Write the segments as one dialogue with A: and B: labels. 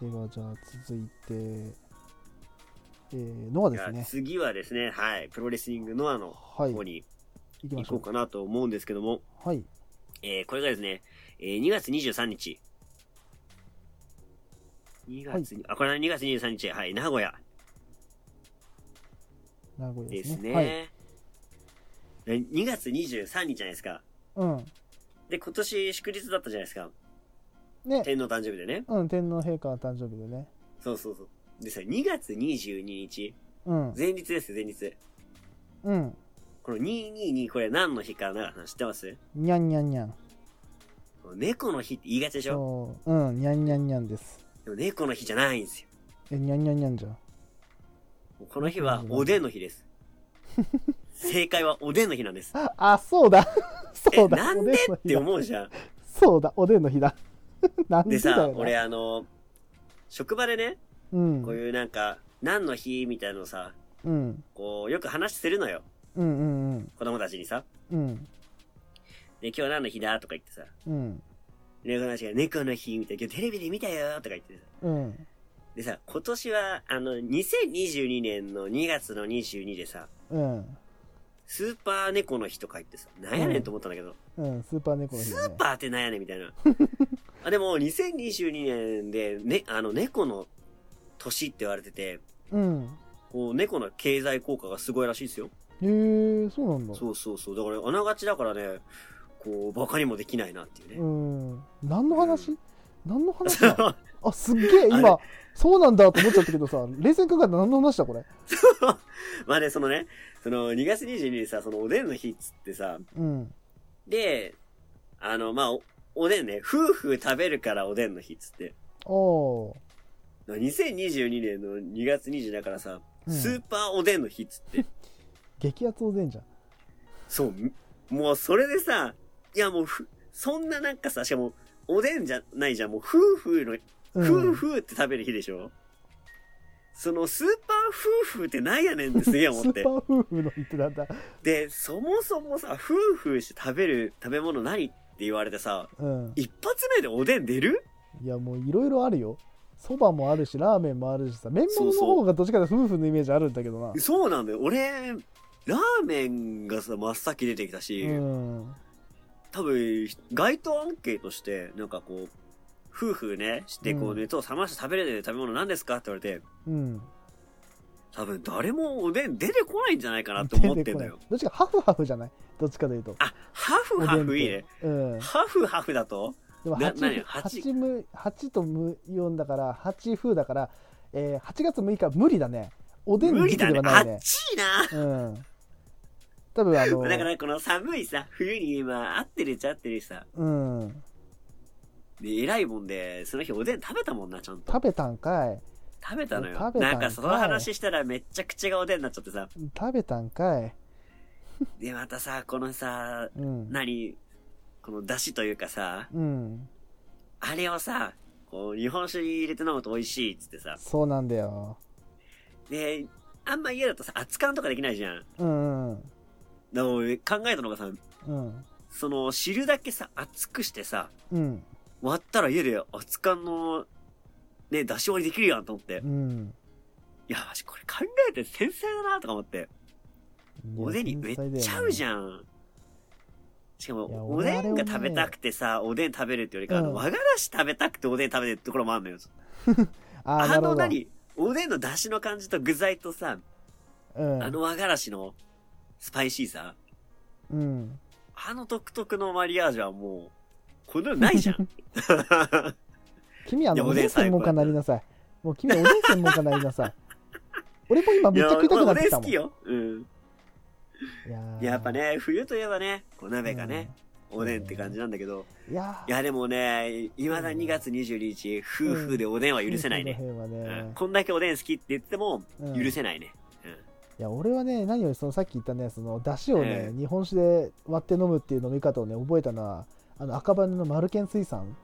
A: ではじゃあ続いて、えー、ノアで
B: じゃ
A: す
B: あ
A: ね。
B: 次はですね、はい、プロレスリングノアの
A: はい。
B: 方
A: 行
B: に
A: きま
B: 行
A: しょ
B: こ
A: う
B: う。かなと思うんですけども、
A: はい。
B: えーこれがですね、えー2月23日。2月に、あ、これは2月23日、はい、名古屋
A: 名古屋で
B: ですす
A: ね。
B: ね。で2月23日じゃないですか。
A: はい。
B: で、今年祝日だったじゃないですか。
A: うん。ね、
B: 天皇誕生日でね。
A: うん、天皇陛下の誕生日でね。
B: そうそうそう。でさ、2月22日、
A: うん。
B: 前日ですよ、前日。
A: うん。
B: この222、これ何の日かな知ってます
A: にゃんにゃんにゃん。
B: 猫の日って言いがちでしょ
A: そう。うん、にゃんにゃんにゃんです。
B: でも猫の日じゃないんですよ。
A: え、にゃんにゃんにゃんじゃん。
B: もうこの日はおでんの 日です。正解はおでんの日なんです。
A: あ、そうだ そ
B: え、
A: うだ
B: なん
A: お
B: で
A: でんの
B: っ
A: 日
B: て
A: だ
B: 思うじゃん。
A: そうだ、おでんの日だ。 なんで
B: で
A: だ
B: さ
A: よ、な。
B: 俺あの、職場でね、
A: うん。
B: こういうなんか、何の日みたいなのさ、
A: うん。
B: こう、よく話するのよ。
A: うんうんうん。
B: 子供たちにさ。
A: うん。
B: で、今日何の日だとか言ってさ。
A: うん。
B: 猫の日が猫の日みたいな。今日テレビで見たよとか言ってさ。
A: うん。
B: でさ、今年は、あの、2022年の2月の22でさ、
A: うん。
B: スーパー猫の日とか言ってさ、なんやねんと思ったんだけど、
A: うん。スーパー猫の日
B: ス
A: だ
B: ー
A: ね。
B: パーってなんやねんみた いな。あでも、2022年で、ね、あの、猫の年って言われてて、
A: うん。
B: こう、猫の経済効果がすごいらしいですよ。
A: へえ、そうなんだ。
B: そうそうそう。だから、あながちだからね、こう、バカにもできないなっていう
A: う
B: ね。
A: ん。何の
B: う
A: 話何の話だ
B: そう
A: あ、すっげえ、
B: あれ
A: 今、そうなんだと思っちゃったけどさ、冷静に考えたら何の話だ、これ。
B: まあね、そのね、その、2月22日さ、その、おでんの日っつってさ、
A: うん。
B: で、あの、まあ、おおでんね、夫婦食べるからおでんの日っつって。
A: おー。
B: 2022年の2月2日だからさ、
A: うん
B: スーパーおでんの日っつって。
A: 激アツおでんじゃん。
B: そう、もうそれでさ、いやもうふ、そんななんかさ、しかも、おでんじゃないじゃん、もう夫婦の、
A: うん、
B: 夫婦って食べる日でしょ、そのスーパー夫婦ってなんやねんってすげえ思
A: ス
B: って
A: ーパ。ー夫婦の日ってなんだ。
B: で、そもそもさ、夫婦して食べる食べ物何って言われてさ、
A: うん。
B: 一発目でおでん出る
A: いや、もういろいろあるよ。そばもあるし、ラーメンもあるしさ、麺物の
B: そうそう
A: 方がどっちかで夫婦のイメージあるんだけどな。
B: そうなんだよ。俺、ラーメンがさ、真っ先出てきたし、
A: うん。
B: 多分、街頭アンケートして、なんかこう、夫婦ね、してこ
A: う
B: うん熱を冷まして食べれる食べ物何ですかって言われて、
A: うん。
B: 多分誰もおでん出てこないんじゃないかなと思っ
A: 出
B: てんだ
A: い
B: よ。。
A: どっちかハフハフじゃないどっちかで言うと。
B: あ、ハフハフいいね。
A: うん。
B: ハフハフだと
A: でも
B: な何
A: 8,
B: よ八
A: 八む八とむ4だから8風だから、えー、8月6日無理だねおでんの
B: 無理
A: 時期
B: だ
A: で
B: ね
A: は。な
B: あ
A: い
B: っ
A: ね
B: ちいな。
A: うん多分あの
B: だからこの寒いさ、冬に今、合ってるっちゃ合ってるしさ、
A: うん
B: で、偉いもんで、その日おでん食べたもんな、ちゃんと。
A: 食べたんかい
B: 食べたのよ。
A: 食べたんか
B: ないんかその話したらめっちゃ口がおでんになっちゃってさ。
A: 食べたんかい
B: で、またさ、このさ、
A: うん
B: 何この出汁というかさ、
A: うん
B: あれをさ、こう、日本酒に入れて飲むと美味しいっつってさ。
A: そうなんだよ
B: で、あんま家だとさ、熱燗とかできないじゃん。
A: うんうん
B: だから俺考えたのがさ、
A: うん
B: その、汁だけさ、熱くしてさ、
A: うん
B: 割ったら家で熱燗の、ね、出し割りできるやんと思って。
A: うん
B: いや、マジこれ考えて繊細だなとか思って。おでんにめっちゃ合うじ
A: ゃん
B: ゃん。しか
A: いや
B: も、お
A: 俺
B: でんが食べたくてさ、おでん食べるってよりか、あ
A: う
B: の、
A: ん
B: 和がらし食べたくておでん食べてるところもあるのよ。
A: あー
B: あ
A: なる
B: の
A: ほど
B: 何おでんの出汁の感じと具材とさ、
A: うん
B: あの和がらしのスパイシーさ、
A: うん
B: あの独特のマリアージュはもう、こんなのないじゃん。
A: 君あ
B: いや
A: のお
B: おでん
A: でん専門家になりなさいもう君おでん専門家になりなさい俺も今
B: い
A: めっち
B: や、
A: ゃ食いたくな
B: お
A: って
B: でん
A: きた
B: 好
A: もん
B: きよ。うん。
A: いやー
B: いややっぱね、冬といえばね、お鍋がね、おでんって感じなんだけど、
A: うん。いや
B: い
A: ー、
B: やでもね、いまだ2月22日、夫婦でおでんは許せないね。
A: 夫婦の辺は
B: うん
A: ね。
B: こんだけおでん好きって言っても
A: うん
B: 許せないね。
A: いや、俺はね、何よりそのさっき言ったね、その出汁をね
B: え、
A: 日本酒で割って飲むっていう飲み方をね、覚えたのは、あの赤羽の丸ン水産。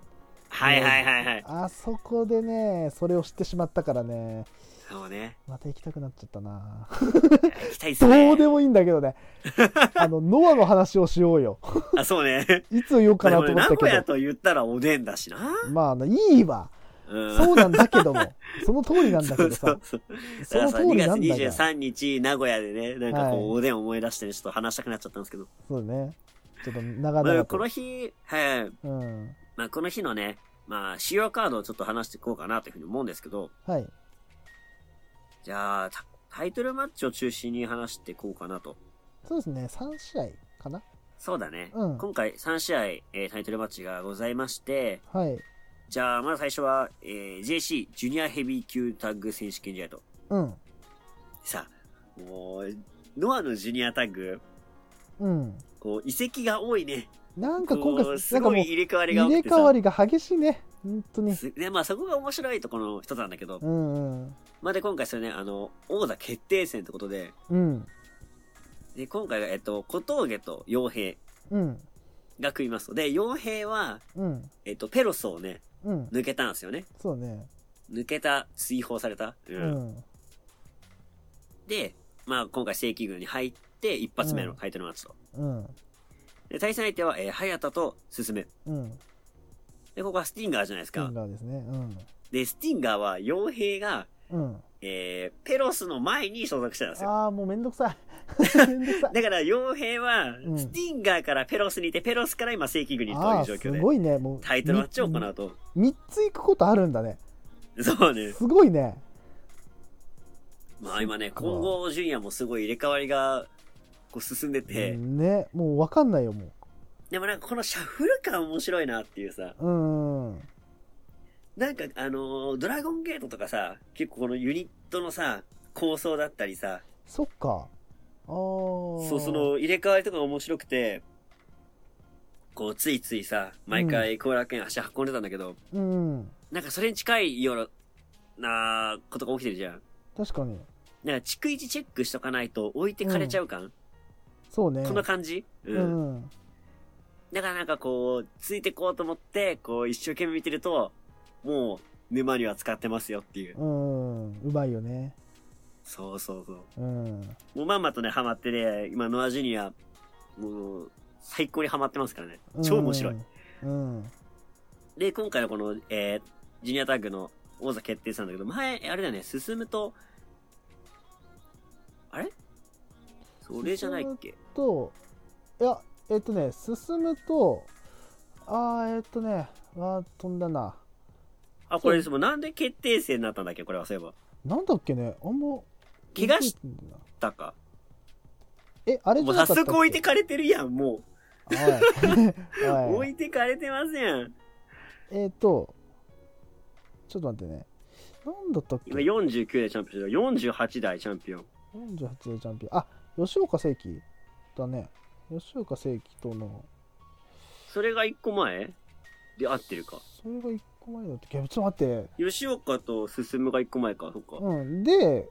B: はいはいはいはい。
A: あそこでね、それを知ってしまったからね、
B: そうね。
A: また行きたくなっちゃった な。
B: 行きたいっすね。
A: どうでもいいんだけ どね。あの、ノアの話をしようよ。
B: あ、そうね。
A: いつ言おうか
B: ま
A: な
B: あ
A: と
B: でも
A: 思った
B: 名古
A: け
B: 屋
A: ど。
B: と言ったらおでんだしな。
A: まああの、いいわ。
B: うん
A: そうなんだけども、その通りなんだけど
B: そ
A: さ
B: う、 そう
A: そ
B: だ
A: の通
B: からさ、2
A: りな
B: 月
A: んだが、
B: 23日、名古屋でね、なんかこう、
A: は
B: おでん思い出してね、ちょっと話したくなっちゃったんですけど。
A: そうね。ちょっと長
B: ま
A: 々
B: あ、ことの。日、はい。
A: うん。
B: まあ、この日のね、まあ、使用カードをちょっと話していこうかなというふうに思うんですけど、
A: はい。
B: じゃあ、タタイトルマッチを中心に話していこうかなと。
A: そうですね、3試合かな。
B: そうだね。
A: うん
B: 今回3試合、えータイトルマッチがございまして、
A: はい。
B: じゃあ、まず最初は、えー JC ジュニアヘビー級タッグ選手権試合と。
A: うん。
B: さあ、もう、ノアのジュニアタッグ、
A: うん。
B: こう、遺跡が多いね。
A: なんか今回、
B: こう
A: な
B: す
A: んか
B: ご
A: もう
B: い、入れ替わりが多
A: 入れ
B: くて
A: 替わ
B: さ。
A: りが激しいね。本当に。
B: すで、まあそこが面白いところの一つなんだけど
A: う、んうん。
B: まあで今回それね、あの、王座決定戦ってことで、
A: うん。
B: で、今回が、えっと、小峠と傭兵
A: うん。
B: が組みますと。で、傭兵は、
A: うん。
B: えっと、ペロスをね、
A: うん。
B: 抜けたんですよね。
A: そうね。
B: 抜けた、追放された。う
A: うんん。
B: で、まあ今回正規軍に入って、一発目のタイトルマッチと。
A: うん。
B: で、対戦相手は、えー、早田と進む。
A: うん。
B: で、ここはスティンガーじゃないです
A: ガ
B: か
A: ン。ガーですね。うん。
B: で、スティンガーは、傭兵が、
A: うん。
B: えー、ペロスの前に所属してたんですよ。
A: ああ、もうめんどくさ い。めんどくさい。
B: だから、傭兵は
A: う、ん
B: スティンガーからペロスにいて、ペロスから今正規軍にとい
A: あ
B: う
A: あ、
B: 状
A: す
B: 況で、
A: ごいね。もう。
B: タイトルマッチを行うと。
A: み。3つ行くことあるんだね。
B: そうね。
A: すごいね。
B: まあ今ね、
A: そっか
B: 混合ジュニアもすごい入れ替わりが、こう進んでて、
A: うんね。もうわかんないよ、も
B: でもなんかこのシャッフル感面白いなっていうさ、
A: う。うん。うん。
B: なんかあのードラゴンゲートとかさ、結構このユニットのさ、構想だったりさ、
A: そっか。ああ。
B: そう、そ、の入れ替わりとかが面白くて、こう、ついついさ、毎回後楽園足運んでたんだけど、
A: うん。
B: なんかそれに近いような、ことが起きてるじゃん。
A: 確かに。
B: なんか逐一チェックしとかないと置いてかれちゃう感、
A: そうね。
B: この感じ、
A: うん。
B: だからなんかこう、ついてこうと思って、こう一生懸命見てると、もう沼には使ってますよっていう。
A: うん。うまいよね。
B: そうそうそ
A: う
B: う。
A: ん。
B: もうまんまとね、ハマってね、今ノアジュニア、もう、最高にハマってますからね。超面白い。。
A: うん。
B: で、今回のこの、えー、ジュニアタッグの王座決定したんだけど、前、あれだよね、進むと、あれそれじゃないっけ
A: と、いや、えっとね、進むと、あー、えっとね、あー飛んだな。
B: あ、これですもん、なんで決定戦になったんだっけこれは、そういえば。
A: なんだっけね、あんま。
B: 怪我し
A: 覚えてんだな
B: たか。
A: え、あれじ
B: も
A: ゃ
B: う
A: なか
B: 早
A: ったっけ
B: 速置いてかれてるやん、もう。
A: はい
B: 置
A: はい。
B: いてかれてません。
A: えっと、ちょっと待ってね。なんだったっけ
B: 今49代チャンピオンだよ48代チャンピオン。
A: 48チャンピオン。あ、吉岡聖輝だね。吉岡聖輝との、
B: それが1個前で合ってるか。
A: それが1個前だって。いやちょっと待って。
B: 吉岡と進が1個前か、そっか。
A: うん。で、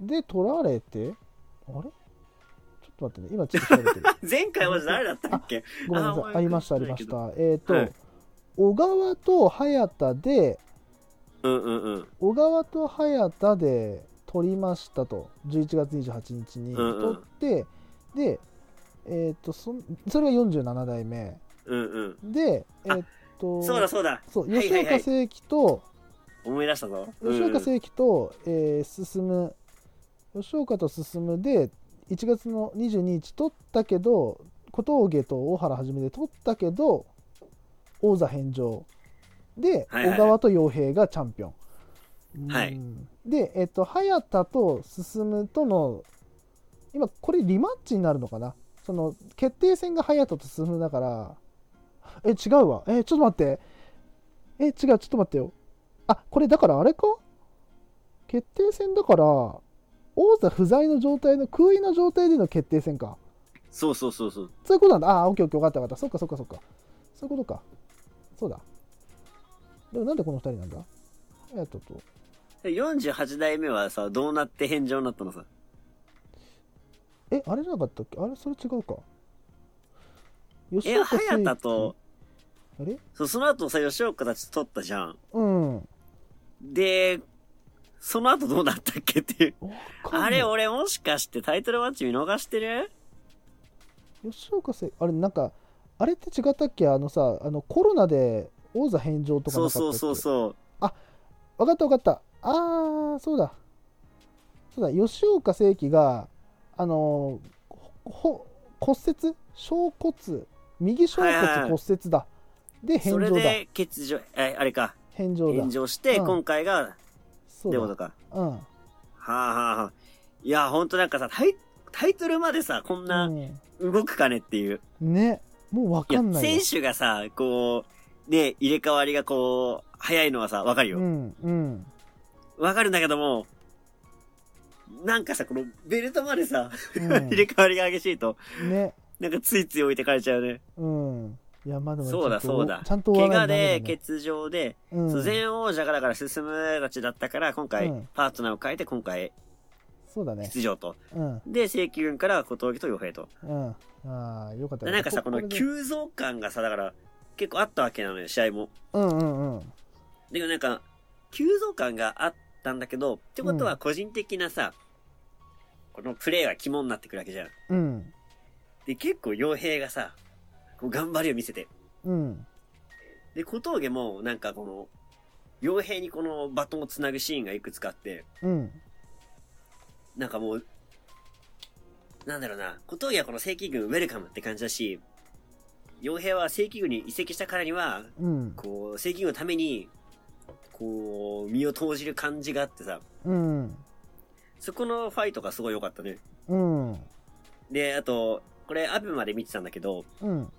A: で、取られて、あれちょっと待ってね。今ちょっと調 べてる。
B: 前回は誰だったっけ
A: ごめんなさ
B: あ
A: い。ありました、ありまし
B: ご
A: た。えっ、と、
B: はい
A: 小川と早田で、
B: うんうんうん。
A: 小川と早田で取りましたと11月28日に
B: うんうん
A: 取って、でえっ、とそんそれが47代目
B: うんうん。
A: でえっ、
B: あ
A: と
B: そうだそうだ。
A: そう
B: はい
A: 吉
B: はいは
A: 岡
B: い
A: 聖輝と、
B: 思い出したぞ。うん
A: 吉岡聖輝と、えー進む吉岡と進むで1月の22日取ったけど小峠と大原はじめで取ったけど王座返上で、
B: はいはい
A: 小川と洋平がチャンピオン、
B: はい
A: うんで、えっと早田と進むとの今これリマッチになるのかなその決定戦が早田と進むだからえ違うわえちょっと待ってえ違うちょっと待ってよあこれだからあれか決定戦だから王座不在の状態の空位の状態での決定戦か
B: そうそうそうそう。
A: そういうことなんだああオッケーオッケー分かった分かったそっかそっかそっかそういうことかそうだでもなんでこの2人なんだえっとと
B: 48代目はさ、どうなって返上になったのさ。
A: えあれじゃなかったっけあれそれ違うか吉
B: え、
A: 岡聖
B: 早
A: 輝
B: 田と、
A: あれ
B: そうその後さ、吉岡たち取ったじゃん。
A: うん
B: で、その後どうなったっけっていう。
A: わかんない
B: あれ、俺もしかしてタイトルマッチ見逃してる
A: 吉岡聖あれなんかあれって違ったっけあのさあのコロナで王座返上とかな
B: そ
A: か
B: う
A: ったっけ
B: そうそうそう。
A: 分かった分かったあーそうだそうだ吉岡聖輝があのーほ骨折小骨右小骨
B: はいはいはい
A: 骨折だで
B: そ
A: 返
B: れ
A: 上だ
B: で欠場、え、あれか、
A: 返上だ
B: 炎上して、
A: うん
B: 今回が、
A: そ
B: ってこ
A: う
B: と
A: だ
B: か。
A: うん
B: はあはあはあ。いや、ほんとなんかさ、タイタイトルまでさ、こん
A: う
B: なん動くかねっていう。
A: ねもう
B: い
A: 分
B: や
A: かん、ない
B: 選
A: わ
B: 手がさ、こう、ね、入れ替わりがこう、早いのはさ、わかる
A: う
B: よ。
A: んうん
B: わ、かるんだけども、なんかさ、このベルトまでさ、
A: うん
B: 入れ替わりが激しいと、
A: ね
B: なんかついつい置いてかれちゃうね。
A: うんいやまだま
B: そうだ
A: ちょっと
B: そうだ
A: ちゃんと
B: 怪
A: 分か
B: 我
A: んない
B: で、
A: ね
B: 欠場で、
A: うん
B: そう全王者がだから進むたちだったから、今回
A: うん、
B: パートナーを変えて、今回、
A: そうだね
B: 出場と。
A: うん
B: で、正規軍から小峠と洋平と。
A: うんああよかった
B: でなんかさ、この
A: れで
B: 急増感がさ、だから、結構あったわけなのよ、試合も。
A: うんうんうん
B: だけどなんか、急増感があったんだけど、ってこと
A: う
B: は
A: ん
B: 個人的なさ、このプレーが肝になってくるわけじゃん。
A: うん
B: で、結構傭兵がさ、こう頑張りを見せて。
A: うん
B: で、小峠も、なんかこの、傭兵にこのバトンをつなぐシーンがいくつかあって、
A: うん
B: なんかもう、なんだろうな、小峠はこの正規軍ウェルカムって感じだし、傭兵は正規軍に移籍したからには、
A: うん
B: こう、正規軍のために、こう、身を投じる感じがあってさ、
A: うん
B: そこのファイトがすごい良かったね。
A: うん
B: で、あと、これ、アベまで見てたんだけど、
A: うん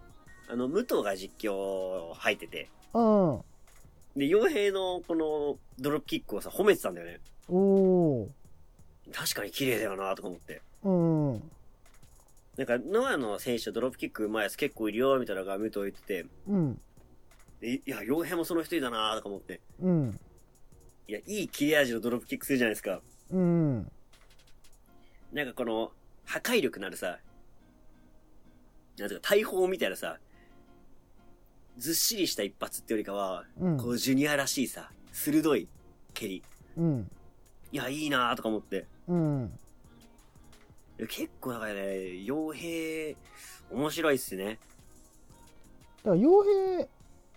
B: あの、武藤が実況入ってて、
A: うん
B: で、傭兵のこのドロップキックをさ、褒めてたんだよね。
A: おー
B: 確かに綺麗だよなとか思って。
A: うんうん
B: なんか、ノアの選手ドロップキックうまいやつ結構いるよ、みたいなのが武藤言ってて、
A: うん
B: でいや、傭兵もその一人だなとか思って。
A: うん
B: いや、いい切れ味のドロップキックするじゃないですか。
A: うん
B: なんかこの、破壊力のあるさ、なんていうか、大砲みたいなさ、ずっしりした一発ってよりかは、
A: うん
B: こう、ジュニアらしいさ、鋭い蹴り。
A: うん
B: いや、いいなーとか思って。
A: うん
B: いや結構なんかね、傭兵、面白いっすね。
A: だから傭兵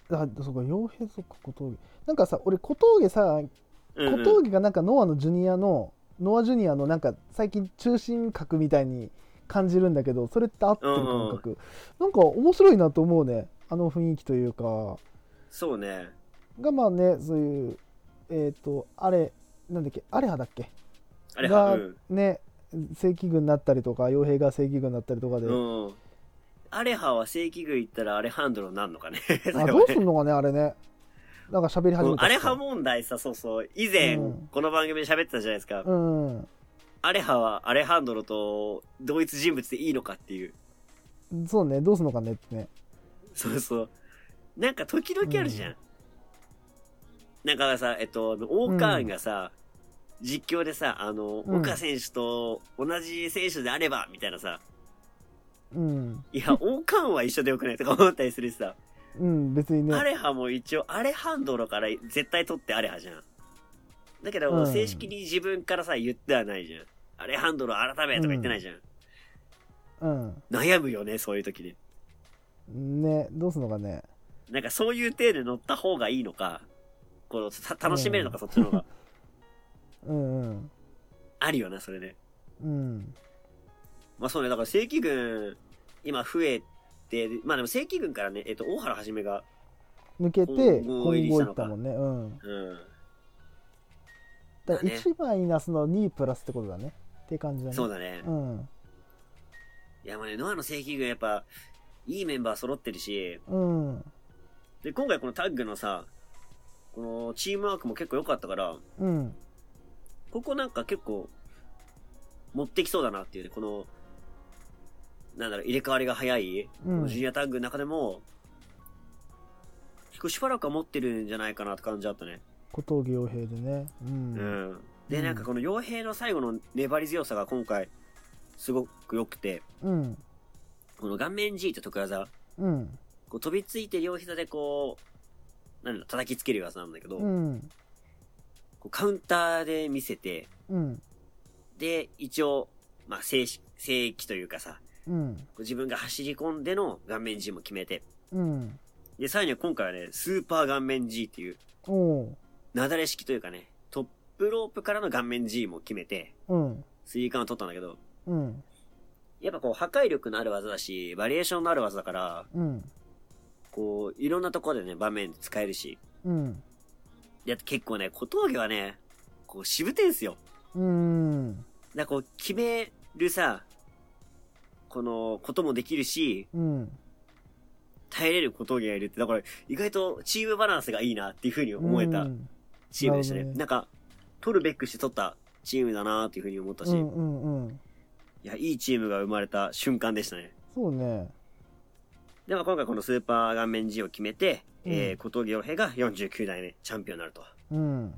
A: あそうか傭兵そっか小峠なんかさ俺小峠さ
B: うんうん
A: 小峠がなんかノアのジュニアのノアジュニアのなんか最近中心核みたいに感じるんだけどそれって合ってる感覚、なんか面白いなと思うねあの雰囲気というか
B: そうね。
A: がまあねそういうえっ、とあれなんだっけアレハだっけ
B: あれ
A: が
B: は、うん。
A: ね正規軍になったりとか傭兵が正規軍になったりとかで、
B: うん。アレハは正規軍行ったらアレハンドロになんのかね。 それ
A: あ
B: はね
A: どうすんのかねあれねなんか喋り始めた
B: アレハ問題さ、そうそう。以前、
A: うん
B: この番組で喋ってたじゃないですか。
A: うん
B: アレハはアレハンドロと同一人物でいいのかっていう。
A: そうねどうすんのかねってね
B: そうそう。なんか時々あるじゃん。なんかさ、えっと、オーカーンがさ、実況でさ、あの、
A: うん
B: 岡選手と同じ選手であれば、みたいなさ、
A: うん
B: い や、オーカーンは一緒でよくないとか思ったりするしさ、
A: うん別にね
B: アレハも一応、アレハンドロから絶対取ってアレハじゃん。だけど、
A: うん
B: 正式に自分からさ、言ってはないじゃん。アレハンドロ改めとか言ってないじゃん。
A: うん
B: 悩むよね、そういう時で。
A: ねどうすんのかね
B: なんかそういう体で乗った方がいいのか、このた楽しめるのか、そっちの方が。
A: うんうん
B: あるよな、それで。
A: うん
B: まあそうね、だから正規軍、今増えて、まあでも正規軍からね、えっと、大原はじめが、
A: 抜けて
B: 混
A: 混
B: 合
A: 合
B: 入りした
A: 行
B: の
A: っ
B: か
A: たもんねうん
B: うん。
A: だから
B: だね
A: 1マイナスの2プラスってことだねって感じだね
B: そうだね。
A: うん
B: いや、もうね、ノアの正規軍やっぱ、いいメンバー揃ってるし、
A: うん
B: で、今回このタッグのさ、このチームワークも結構良かったから、
A: うん
B: ここなんか結構、持ってきそうだなっていうね、この、なんだろう、入れ替わりが早い、
A: う
B: こ
A: ん
B: のジュニアタッグの中でも、結構しばらくは持ってるんじゃないかなって感じだったね。
A: 小峠洋平でねう
B: うんん。で、なんかこの傭兵の最後の粘り強さが今回、すごく良くて、
A: うん
B: この顔面 G って得技、
A: うん
B: こう飛びついて両膝でこう、なんだろう、叩きつける技なんだけど、
A: うん
B: こうカウンターで見せて、
A: うん
B: で、一応、まあ、正式、正規というかさ、
A: うん
B: こう自分が走り込んでの顔面 G も決めて、
A: うん
B: で、さらには今回はね、スーパー顔面 G っていう、
A: おう
B: なだれ式というかね、トップロープからの顔面 G も決めて、
A: うん。
B: スリーカンを取ったんだけど、
A: うん。
B: やっぱこう破壊力のある技だし、バリエーションのある技だから、
A: うん。
B: こう、いろんなところでね、場面で使えるし。
A: うん。
B: いや、結構ね、小峠はね、こう、しぶてんすよ。
A: うん。
B: なんかこう、決めるさ、この、こともできるし、
A: うん。
B: 耐えれる小峠がいるって、だから、意外とチームバランスがいいなっていうふうに思えた
A: うん
B: チームでしたね。
A: なるほどね
B: なんか、取るべくして取ったチームだなっていうふうに思ったし、
A: う
B: い
A: んうんうん。
B: や、いいチームが生まれた瞬間でしたね。
A: そうね。
B: では、今回このスーパー顔面 G を決めて、
A: うん
B: えー、小峠洋平が49代目チャンピオンになると。
A: うん。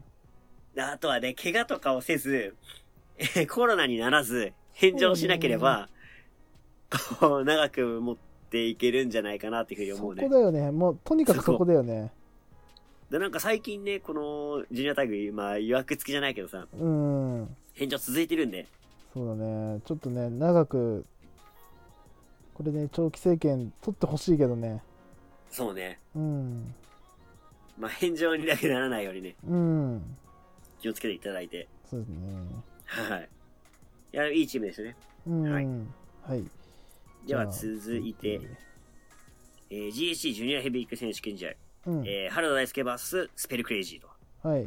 B: であとはね、怪我とかをせず、えーコロナにならず、返上しなければ、こう、長く持っていけるんじゃないかなっていうふう
A: そこ
B: に思うね。
A: だよね。もう、とにかくそこだよね。
B: で、なんか最近ね、この、ジュニアタグ、まあ、予約付きじゃないけどさ、
A: うん。
B: 返上続いてるんで、
A: そうだね。ちょっとね、長く、これね、長期政権取ってほしいけどね。
B: そうね。
A: うん。
B: まあ、返上にだけならないようにね、
A: うん。
B: 気をつけていただいて。
A: そうですね。
B: はい。いや、いいチームでしたね。
A: うん。
B: は
A: はいい。
B: では、続いて、えー、GHC ジュニアヘビー級選手権試合、
A: うん。
B: えー、原田大輔 VS スペルクレイジーと。
A: はい。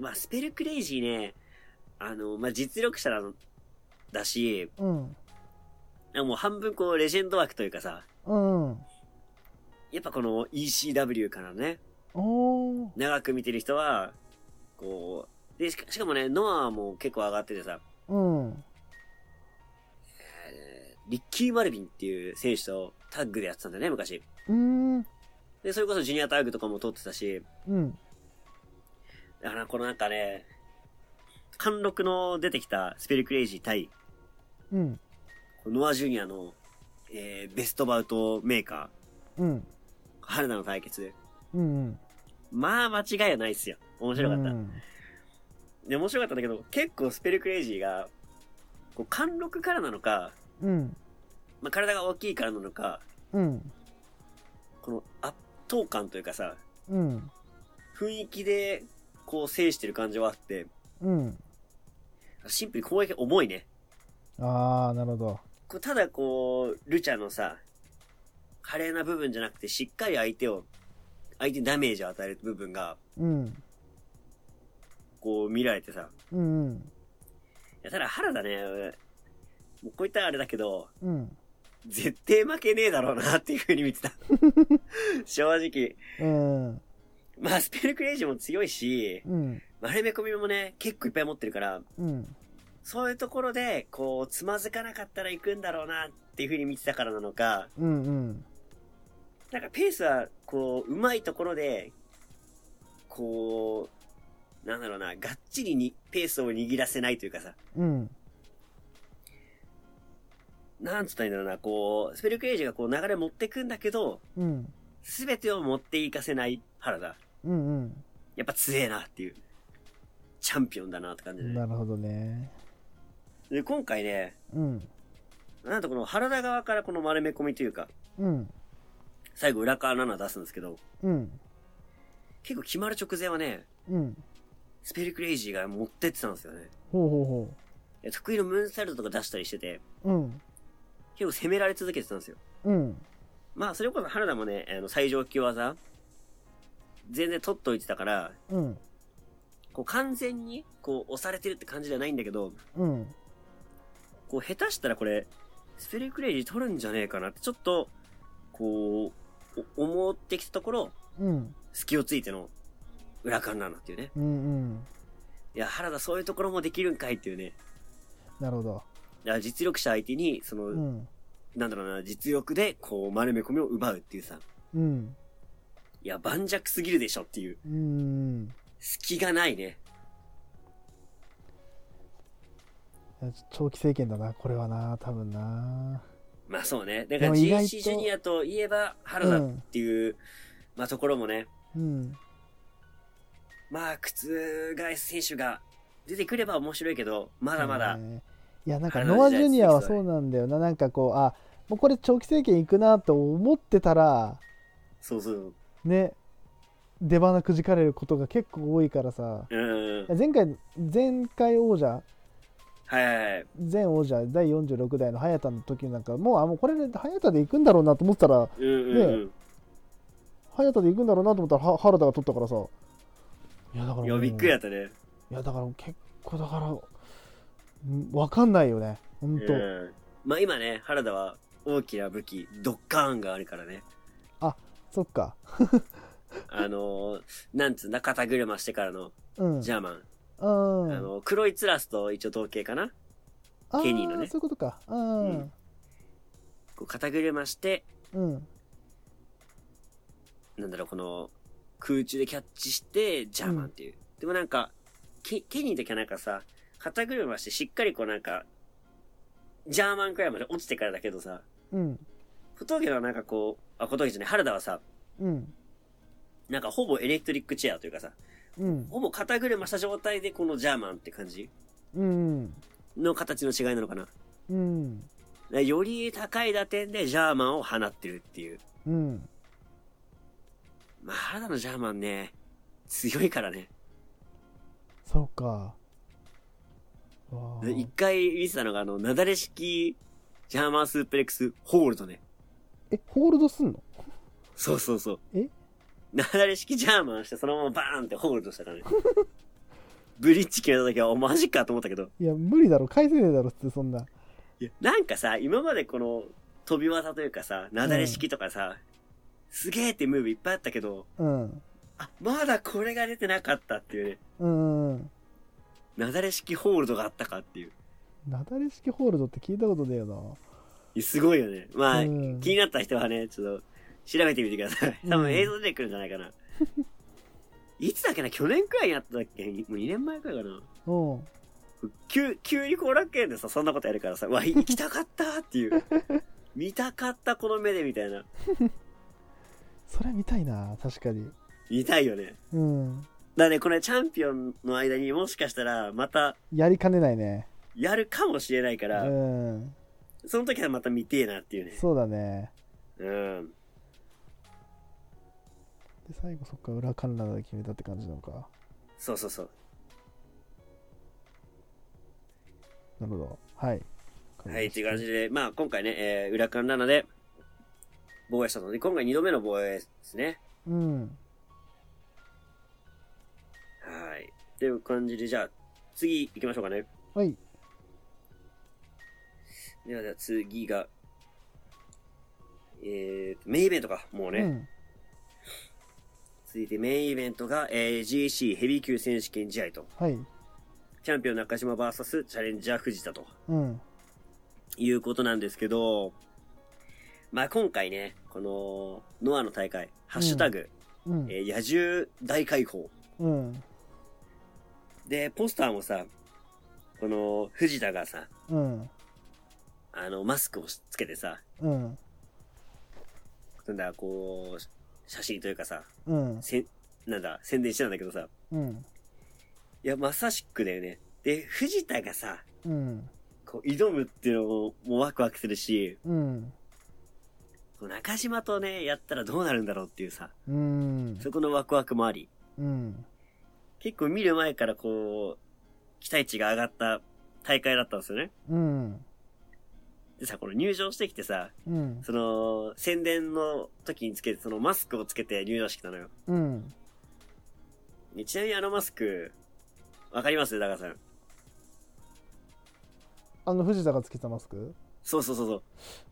B: まあ、スペルクレイジーね、あの、まあ、実力者だだし、
A: うん。
B: なんかもう半分こう、レジェンド枠というかさ、
A: うん。
B: やっぱこの ECW からね、
A: おー。
B: 長く見てる人は、こう、で、しかしかもね、ノアも結構上がっててさ、
A: うん。
B: えーリッキー・マルビンっていう選手とタッグでやってたんだよね、昔。
A: うん。
B: で、それこそジュニアタッグとかも取ってたし、
A: うん。
B: だからこのなんかね、貫禄の出てきたスペルクレイジー対、
A: うん。
B: ノア・ジュニアの、えーベストバウトメーカ
A: うん。
B: ー、春菜の対決。
A: うん。
B: まあ間違いはないっすよ。面白かった。
A: うん
B: で、面白かったんだけど、結構スペルクレイジーが、こう、貫禄からなのか、
A: うん。
B: まあ、体が大きいからなのか、
A: うん。
B: この圧倒感というかさ、
A: うん。
B: 雰囲気で、こう、制してる感じはあって、
A: うん。
B: シンプルに攻撃重いね。
A: ああ、なるほど。
B: こうただこう、ルチャのさ、華麗な部分じゃなくて、しっかり相手を、相手にダメージを与える部分が、
A: うん。
B: こう見られてさ。
A: うん。うん
B: いやただ原田ね、もうこういったらあれだけど、
A: うん。
B: 絶対負けねえだろうなっていう風に見てた。正直。
A: うん。
B: まあ、スペルクレイジーも強いし、
A: うん。
B: 丸め込みもね、結構いっぱい持ってるから、
A: うん。
B: そういうところで、こう、つまずかなかったら行くんだろうなっていう風に見てたからなのか、
A: うん。うん。
B: なんかペースは、こう、うまいところで、こう、なんだろうな、がっちりにペースを握らせないというかさ、
A: うん。
B: なんつったらいいんだろうな、こう、スペルクレイジーがこう流れ持ってくんだけど、
A: うん。
B: すべてを持っていかせない原田。
A: うん。
B: やっぱ強えなっていう。チャンピオンだなって感
A: う
B: じ
A: ん。
B: で、ね。
A: なるほどね。
B: で、今回ね、
A: うん。
B: なんとこの原田側からこの丸め込みというか、
A: うん。
B: 最後裏側7出すんですけど、
A: うん。
B: 結構決まる直前はね、
A: うん。
B: スペルクレイジーが持ってってたんですよね。
A: ほうほうほ
B: いや得意のムーンサルトとか出したりしてて、
A: う。うん。
B: 結構攻められ続けてたんですよ。
A: うん。
B: まあ、それこそ原田もね、あの、最上級技、全然取っといてたから、
A: うん。
B: こう完全に、こう押されてるって感じじゃないんだけど、
A: うん。
B: こう下手したらこれ、スペルクレイジー取るんじゃねえかなって、ちょっと、こう、お思ってきたところ、
A: うん。
B: 隙をついての裏勘なんだっていうね。
A: うん。うん。
B: いや、原田そういうところもできるんかいっていうね。
A: なるほど。
B: だから実力者相手に、その、
A: うん。
B: なんだろうな、実力で、こう丸め込みを奪うっていうさ、
A: うん。
B: いや、盤石すぎるでしょっていう、
A: うん。
B: 隙がないね。
A: 長期政権だな、これはな、多分な。
B: まあそうね。だ
A: で
B: から
A: も意外
B: GC
A: と
B: ジュニアといえば原田っていう、まあところもね、
A: うん。
B: まあ覆す選手が出てくれば面白いけど、まだまだ、
A: ねいやなんか
B: 体の
A: ノア・
B: 時
A: ジ
B: 代
A: ュニアは
B: 続きそ
A: そううなんだよななんかこうあもうこれ長期政権いくなと思ってたら
B: そうそう、
A: ね出花くじかれることが結構多いからさ
B: うん。
A: 前回前回王者
B: はいはいはい。
A: 前王者第46代の早田の時なんかもうあもうこれで早田で行くんだろうなと思ってたら
B: うんうんうん。
A: 早田で行くんだろうなと思ったらは原田が取ったからさいやだから
B: いや、びっくりだったね。
A: いやだから結構だからうんわかんないよねほんと、
B: うん。まあ今ね、原田は大きな武器、ドッカーンがあるからね。
A: そっか
B: あのー、なんつうんだ、肩車してからの
A: うん
B: ジャーマン。
A: うん
B: あの、黒いツラスと一応同型かな
A: あー
B: ケニーのね
A: そういうことかうん、
B: うんこう肩車して、
A: うん
B: なんだろう、この、空中でキャッチして、ジャーマンっていう。でもなんか、ケケニーの時はなんかさ、肩車してしっかりこうなんか、ジャーマンくらいまで落ちてからだけどさ、
A: うん
B: 小峠はなんかこう、あ、小峠じゃない、原田はさ、
A: うん
B: なんかほぼエレクトリックチェアというかさ、
A: うん
B: ほぼ肩車した状態でこのジャーマンって感じ
A: うん
B: の形の違いなのかな。
A: うん
B: でより高い打点でジャーマンを放ってるっていう。
A: うん
B: まあ、原田のジャーマンね、強いからね。
A: そうかわ
B: で一
A: ー
B: 回見てたのが、あの、なだれ式ジャーマンスープレックスホールドね。
A: えホールドすんの
B: そうそうそう。
A: え
B: なだれ式ジャーマンして、そのままバーンってホールドしたからね。ブリッジ決めた時は、お、マジかと思ったけど。
A: いや無理だろ返せねえだろ普通そんない
B: やなんかさ、今までこの、飛び技というかさ、なだれ式とかさ、すげーってムーブいっぱいあったけど、
A: うん
B: あ、まだこれが出てなかったっていうね。
A: うんうん
B: なだれ式ホールドがあったかっていう。
A: なだれ式ホールドって聞いたことねえよ
B: いやすごいよね。まあ、
A: うん
B: 気になった人はね、ちょっと、調べてみてください。多
A: う
B: 分
A: ん
B: 映像出てくるんじゃないかな。いつだっけな去年くらいにやったっけにもう2年前くらいかな。
A: なうん
B: 急、急に後楽園でさ、そんなことやるからさ、うわ、行きたかったっ ていう。見たかった、この目でみたいな。
A: それ見たいな確かに
B: 見たいよね。
A: うん
B: だからね、これチャンピオンの間にもしかしたら、また、
A: やりかねないね
B: やるかもしれないか
A: う
B: ら、
A: ん
B: その時はまた見てえなっていうね。
A: そうだね
B: うん。
A: で最後そっか裏観覧で決めたって感じなのか
B: そうそうそう。
A: なるほどはい
B: はい、という感じで、まあ今回ね、えー、裏勘なので、防衛したので、今回2度目の防衛ですね。
A: うん
B: はい。という感じで、じゃあ、次行きましょうかね。
A: はい
B: では、じゃあ次が、えーと、メインイベントか、もうね。
A: うん
B: 続いてメインイベントが、えー、GAC ヘビー級選手権試合と、
A: はい
B: チャンピオン中島 VS チャレンジャー藤田と
A: うん
B: いうことなんですけど、まあ今回ね、この、ノアの大会、ハッシュタグ、
A: うん
B: えー野獣大解放
A: うん
B: で、ポスターもさ、この、藤田がさ、
A: うん
B: あの、マスクをしつけてさ、
A: うん
B: なんだ、こう、写真というかさ、
A: うん
B: せん、なんだ、宣伝してたんだけどさ、
A: うん
B: いや、まさしくだよね。で、藤田がさ、
A: うん
B: こう、挑むっていうのも、もうワクワクするし、
A: うん
B: こう中島とね、やったらどうなるんだろうっていうさ、
A: うん
B: そこのワクワクもあり、
A: うん
B: 結構見る前からこう、期待値が上がった大会だったんですよね。
A: うん
B: でさ、この入場してきてさ、
A: うん
B: その、宣伝の時につけて、そのマスクをつけて入場してきたのよ。
A: うん
B: ちなみにあのマスク、わかりますダガさん。
A: あの藤田がつけたマスク
B: そうそうそうそう。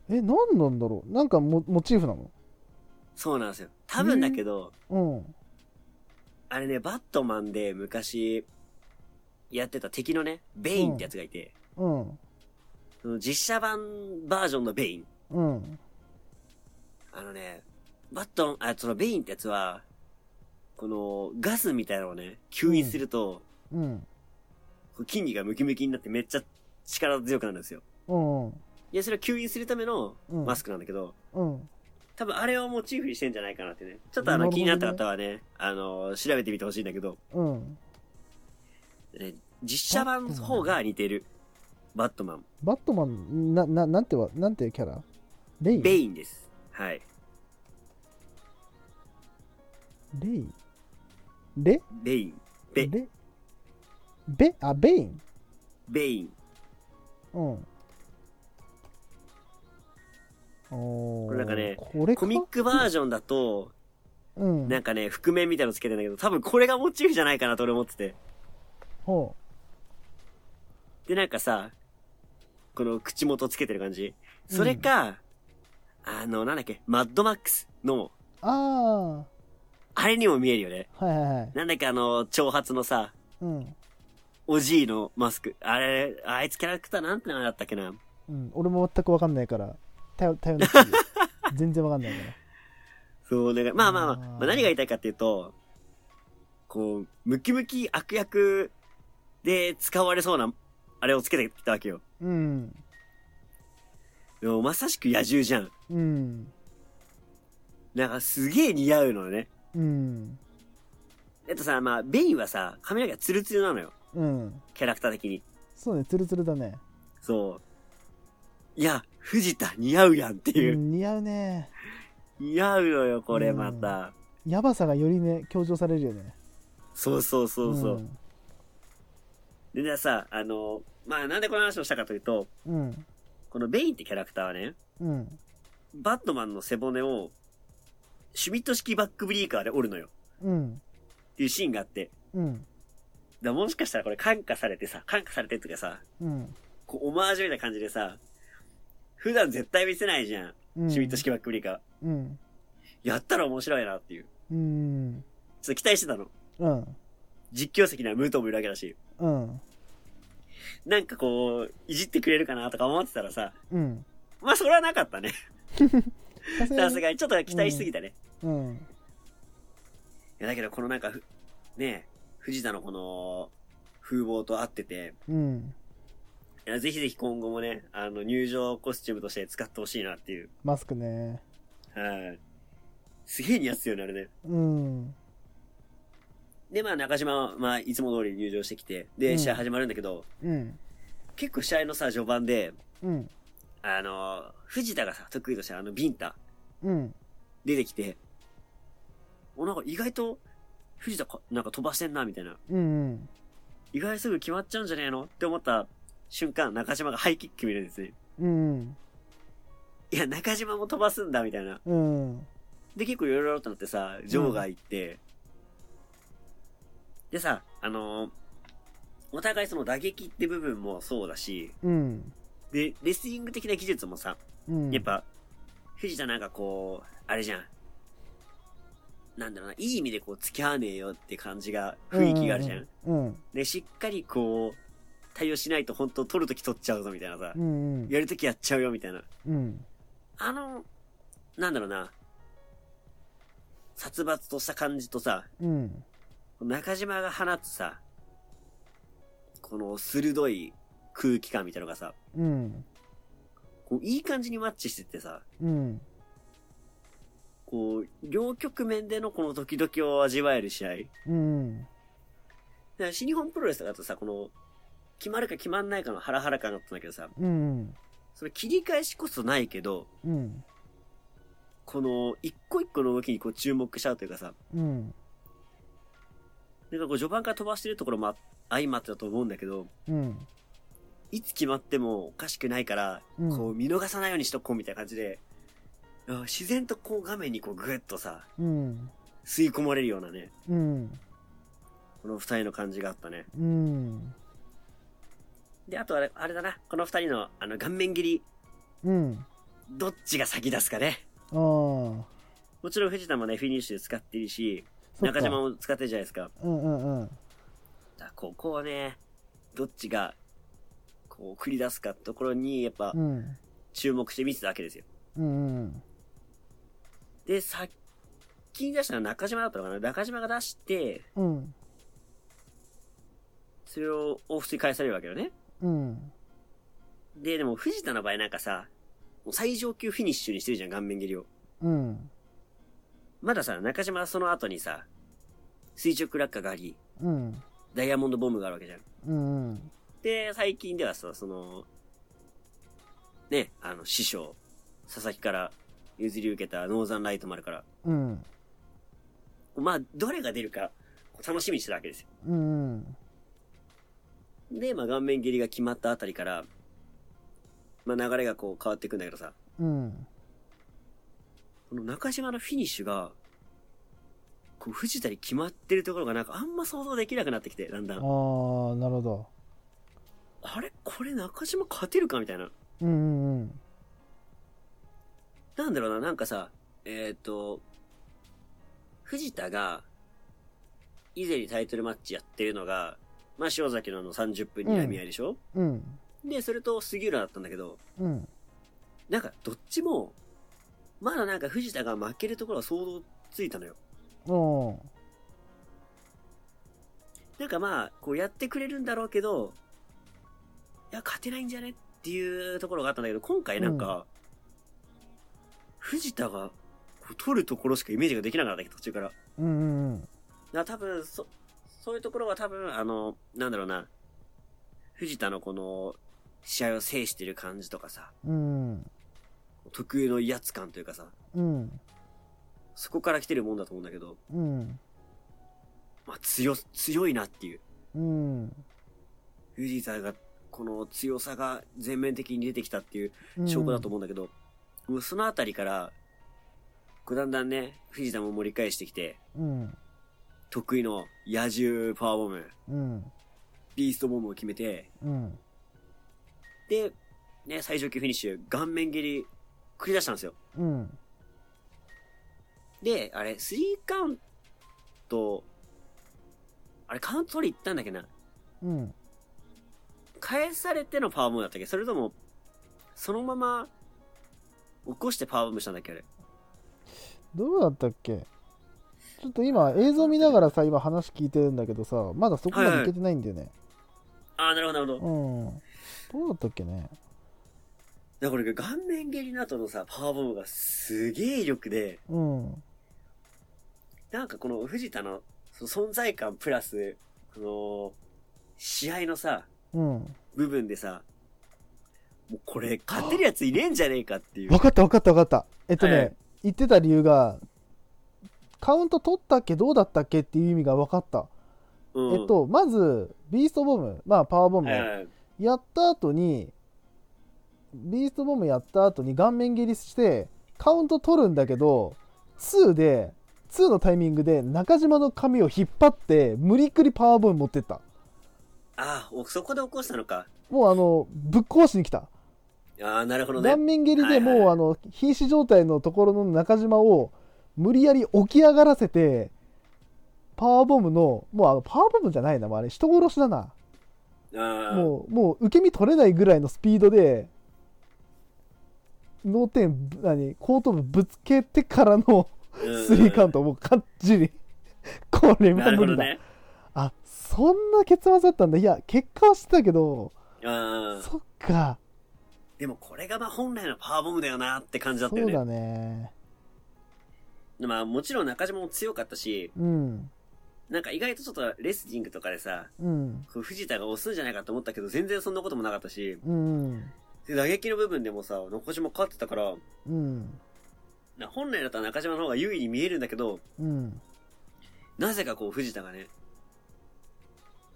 A: え何なんだろうなんかモモチーフなの
B: そうなんですよ。多分だけど、
A: うん
B: あれね、バットマンで昔、やってた敵のね、ベインってやつがいて、
A: うん
B: その実写版バージョンのベイン。
A: うん
B: あのね、バットン、あ、そのベインってやつは、このガスみたいなのをね、吸引すると、
A: うん
B: こう筋肉がムキムキになってめっちゃ力強くなるんですよ。
A: うん
B: いや、それを吸引するための
A: うん
B: マスクなんだけど、
A: うん
B: 多分あれをモチーフにしてんじゃないかなってね。ちょっと
A: な
B: あの
A: るほ
B: 気
A: どね
B: になった方はね、あの、調べてみてほしいんだけど、
A: うん
B: ね実写版の方が似てる。バットマン。
A: バットマンなななんてはなんてキャラレイ
B: ベインです。はい。
A: レイレ
B: レイン。ベ、
A: レベあ、ベイン。
B: ベイン。
A: うん。おー
B: これなんかね
A: これか
B: コミックバージョンだと、
A: うん。
B: なんかね、覆面みたいのつけてんだけど、多分これがモチーフじゃないかなと俺思ってて。
A: ほ
B: で、なんかさ、この口元つけてる感じ。それか、あの、なんだっけ、マッドマックスの、
A: う。あ
B: あれにも見えるよね。
A: あ。はいはいはい。
B: なんだっけ、あの、長髪のさ、
A: うん。
B: おじいのマスク。あれ、あいつキャラクターなんて名前だったっけな。
A: うん。俺も全くわかんないから、頼頼んでほし い全然わかんないから。
B: そう、なんか、まあまあまあ、
A: あー
B: まあ、何が言いたいかっていうと、こう、ムキムキ悪役で使われそうな、あれをつけてきたわけよ。
A: うん。
B: でもまさしく野獣じゃん。
A: うん。
B: なんかすげえ似合うのよね。
A: うん。
B: えっとさ、まあ、ベインはさ、髪の毛がツルツルなのよ。
A: うん。
B: キャラクター的に。
A: そうね、ツルツルだね。
B: そう。いや、藤田似合うやんっていうう。
A: ん、似合うね。
B: 似合うのよ、これまた。
A: やばさがよりね、強調されるよね。
B: そうそうそうそう。
A: ん。
B: で、じゃあさ、あの、まあ、なんでこの話をしたかというと、
A: うん。
B: このベインってキャラクターはね、
A: うん。
B: バットマンの背骨を、シュミット式バックブリーカーで折るのよ。
A: うん。
B: っていうシーンがあって。
A: うん。
B: だからもしかしたらこれ感化されてさ、感化されてっていうかさ、
A: うん。
B: こうオマージュみたいな感じでさ、普段絶対見せないじゃん。
A: うん。
B: シュミット式バックブリーカー。
A: うん。
B: やったら面白いなっていう。
A: うん。
B: ちょっと期待してたの。
A: うん。
B: 実況席には武藤もいるわけだし。
A: うん。
B: なんかこう、いじってくれるかなとか思ってたらさ、
A: うん。
B: まあそれはなかったね。
A: さす
B: さ
A: が
B: す
A: に。
B: がにちょっと期待しすぎたね。
A: うん。
B: いやだけどこのなんかふ、ねえ、藤田のこの、風貌と合ってて、
A: うん。
B: いやぜひぜひ今後もね、あの、入場コスチュームとして使ってほしいなっていう。
A: マスクね。
B: はい。すげえ似合ってるよね、あれね。
A: うん。
B: で、まあ中島は、まあいつも通り入場してきて、で、
A: うん
B: 試合始まるんだけど、
A: うん。
B: 結構試合のさ、序盤で、
A: うん。
B: あの、藤田がさ、得意としてあの、ビンタ、
A: うん。
B: 出てきて、お、なんか意外と、藤田か、なんか飛ばしてんな、みたいな。
A: うん。
B: 意外すぐ決まっちゃうんじゃねえのって思った瞬間、中島がハイキック見るんですね。
A: うん。
B: いや、中島も飛ばすんだ、みたいな。
A: うん。
B: で、結構いろいろとなってさ、ジョーが行って、でさ、あのーお互いその打撃って部分もそうだし、
A: うん。
B: で、レスリング的な技術もさ、
A: うん。
B: やっ。ぱ、藤田なんかこう、あれじゃん。なんだろうな、いい意味でこう、付き合わねえよって感じが、
A: 음,
B: 雰囲気があるじゃん。。
A: うん。
B: で、しっかりこう、対応しないと本当取るとき取っちゃうぞみたいなさ
A: う、ん。
B: やるときやっちゃうよみたいな。
A: うん。
B: あの、なんだろうな、殺伐とした感じとさ、
A: うん。
B: 中島が放つさ、この鋭い空気感みたいのがさ、
A: うん。
B: こういい感じにマッチしてってさ、
A: うん。
B: こう、両局面でのこのドキドキを味わえる試合。だか
A: うん。
B: ら新日本プロレスだとさ、この、決まるか決まんないかのハラハラ感だったんだけどさ、
A: うん。
B: その切り返しこそないけど、
A: うん。
B: この、一個一個の動きにこう注目しちゃうというかさ、
A: うん。
B: なんかこう序盤から飛ばしてるところもあ相まってだと思うんだけど、
A: うん。
B: いつ決まってもおかしくないから、
A: うん
B: こう見逃さないようにしとこうみたいな感じで、あ自然とこう画面にこうグッとさ、
A: 음,うん。
B: 吸い込まれるようなね、
A: うん。
B: この二人の感じがあったね。
A: うん。
B: で、あとあれあれだな、この二人のあの顔面切り、
A: うん。
B: どっちが先出すかね。
A: ああ。
B: もちろん藤田もね、フィニッシュで使ってるし、中島。も使ってるじゃないですか。
A: うんうんうん。
B: だからここをね、どっちが、こう繰り出すかってところに、やっぱ
A: うん。
B: 注目して見てたわけですよ。
A: うん。
B: で、先に出したのは中島だったのかな中島が出して、
A: うん。
B: それを往復に返されるわけよね。
A: うん。
B: で、でも藤田の場合なんかさ、もう最上級フィニッシュにしてるじゃん、顔面蹴りを。
A: うん。
B: まださ、中島はその後にさ、垂直落下があり、
A: うん。
B: ダイヤモンドボムがあるわけじゃん。
A: うん。
B: で、最近ではさ、その、ね、あの、師匠、佐々木から譲り受けたノーザンライト丸から、
A: うん。
B: まあ、どれが出るか、楽しみにしてたわけですよ。
A: うん
B: で、まあ、顔面蹴りが決まったあたりから、まあ、流れがこう変わっていくんだけどさ、
A: うん
B: この中島のフィニッシュが、こう、藤田に決まってるところがなんかあんま想像できなくなってきて、だんだ
A: ああ
B: ん。
A: なるほど
B: あれこれ中島勝てるかみたいな。
A: うんうんうん
B: なんだろうな、なんかさ、えっ、と、藤田が、以前にタイトルマッチやってるのが、まあ、塩崎のあの30分にみ合いでしょ、
A: うん
B: で、それと杉浦だったんだけど、
A: うん
B: なんかどっちも、まだなんか藤田が負けるところは想像ついたのよ。
A: おー
B: なんかまあ、こうやってくれるんだろうけど、いや、勝てないんじゃねっていうところがあったんだけど、今回なんか、藤田がこう取るところしかイメージができなかったわけ途中から。
A: うんうんうん
B: だから多分、そ、そういうところは多分、あの、なんだろうな、藤田のこの、試合を制してる感じとかさ、
A: うん
B: 特有の威圧感というかさ、
A: うん
B: そこから来てるもんだと思うんだけど、
A: うん
B: まあ強、強いなっていう。
A: うん
B: 藤田が、この強さが全面的に出てきたっていう証拠だと思うんだけど、もうそのあたりから、こうだんだんね、藤田も盛り返してきて、
A: うん
B: 得意の野獣パワーボム、
A: うん
B: ビーストボムを決めて、
A: うん
B: で、ね、最上級フィニッシュ、顔面蹴り、繰り出したんですよ。
A: うん
B: で、あれ、スリーカウント、あれ、カウント取り行ったんだっけな。
A: うん
B: 返されてのパワーボムだったっけそれとも、そのまま、起こしてパワーボムしたんだっけあれ。
A: どうだったっけちょっと今映像見ながらさ今話聞いてるんだけどさまだそこまでいけてないんだよね、
B: ああ、なるほど、なるほど。
A: うんどうだったっけね
B: だからこれ、顔面蹴りの後のさ、パワーボムがすげえ威力で、
A: うん
B: なんかこの藤田のその存在感プラス、あのー試合のさ、
A: うん
B: 部分でさ、もうこれ、勝てるやついねえんじゃねえかっていう。
A: 分かった分かった分かったえっとね、
B: はい
A: 言ってた理由がカウント取ったっけどうだったっけっていう意味が分かった、
B: うん
A: えっ、とまずビーストボムまあパワーボム、
B: はいはいはい
A: やった後にビーストボムやった後に顔面蹴りしてカウント取るんだけど2で2のタイミングで中島の髪を引っ張って無理くりパワーボム持ってった
B: ああ、そこで起こしたのか。
A: もうあのぶっ壊しに来た
B: ああ、なるほどね
A: 顔。面蹴り
B: は
A: で
B: いはいはい
A: もうあの瀕死状態のところの中島を無理やり起き上がらせてパワーボムのもうあのパワーボムじゃないなもうあれ人殺しだな
B: ああ、
A: もうもう受け身取れないぐらいのスピードで脳天ぶ何後頭部ぶつけてからの
B: うん
A: スリーカウントもうかっちりこれ
B: な
A: は
B: るほ
A: 無
B: ど
A: 理だ、
B: ね。
A: あそんな結末だったんだいや結果はしてたけど
B: ああ、
A: そっか
B: でもこれがまあ本来のパワーボムだよなって感じだった
A: そ
B: よ
A: う
B: ね。
A: だね
B: まあもちろん中島も強かったし、
A: うん
B: なんか意外とちょっとレスリングとかでさ、
A: うん
B: こう藤田が押すんじゃないかと思ったけど、全然そんなこともなかったし、
A: うん
B: で打撃の部分でもさ、中島勝ってたから、
A: うん
B: な本来だったら中島の方が優位に見えるんだけど、
A: うん
B: なぜかこう藤田がね、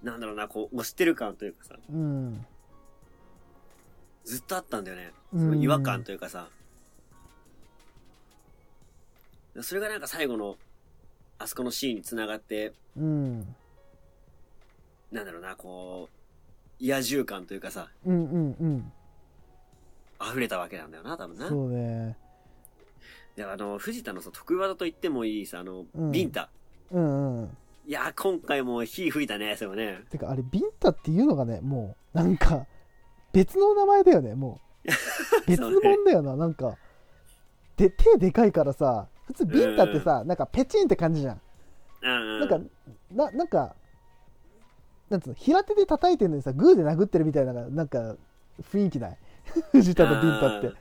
B: なんだろうな、こう押してる感というかさ、
A: うん
B: ずっとあったんだよね。
A: う
B: そ
A: ん
B: の違和感というかさ。それがなんか最後の、あそこのシーンに繋がって、
A: うん
B: なんだろうな、こう、野獣感というかさ、
A: うんうんうん
B: 溢れたわけなんだよな、多分な。
A: そうね
B: で、あの、藤田のさ、得意技と言ってもいいさ、あの、
A: うん
B: ビンタ。
A: うんうん
B: いやー、今回も火吹いたね、それもね。
A: てかあれビンタっていうのがねもうなんか 別の名前だよねも う別
B: そう
A: 物
B: ね
A: だよななんかで手でかいからさ普通ビンタってさなんかペチンって感じじゃん
B: うん、
A: なん
B: うん。
A: かななんかなんつうの平手で叩いてるのにさグーで殴ってるみたいななんか雰囲気ない 藤田のビンタって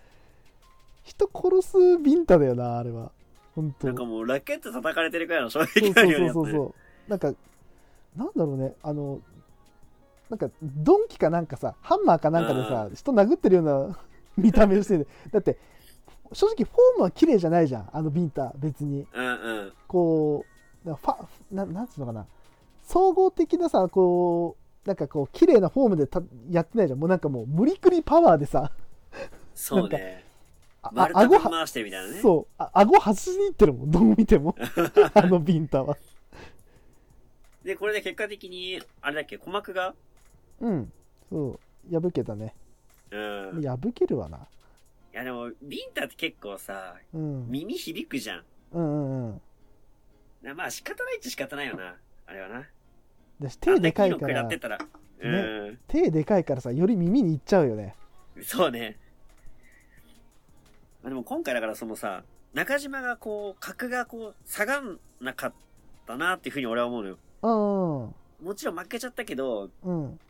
A: 人殺すビンタだよなあれは本当
B: なんかもう、ラケット叩かれてるくらいの衝
A: そ
B: 撃
A: う
B: が
A: そ
B: あ
A: う
B: るよ
A: そう
B: ね。
A: そう
B: やっ
A: そうなんかなんだろうねあのなんかドンキかなんかさハンマーかなんかでさ人殴ってるような見た目してるだって正直フォームは綺麗じゃないじゃんあのビンタ別に
B: ぱねうんうん。
A: こうなんかファななんつうのかな総合的なさこうなんかこう綺麗なフォームでたやってないじゃんもうなんかもう無理くりパワーでさ
B: そうね。
A: ああ
B: 丸太
A: 顎
B: ぶ
A: は
B: ん回してるみたいなね。
A: そうあ顎走りにいってるもんどう見て もあのビンタは
B: で、これで結果的に、あれだっけ、鼓膜が、
A: うんそう破けたね
B: うん。い
A: 破けるわな
B: や、でも、ビンタって結構さ、
A: うん
B: 耳響くじゃん。
A: うんうんうん
B: なまあ、仕方ないっちゃ仕方ないよな。あれはな。
A: だし手でかいか
B: あんな
A: ら
B: にいいの食らってたら。うん。
A: 手でかいからさより耳にいっちゃうよね
B: そうね。まあ、でも今回だからそのさ、中島がこう、格がこう、下がんなかったなっていうふうに俺は思うのよ。
A: うんうん
B: もちろん負けちゃったけど、
A: うん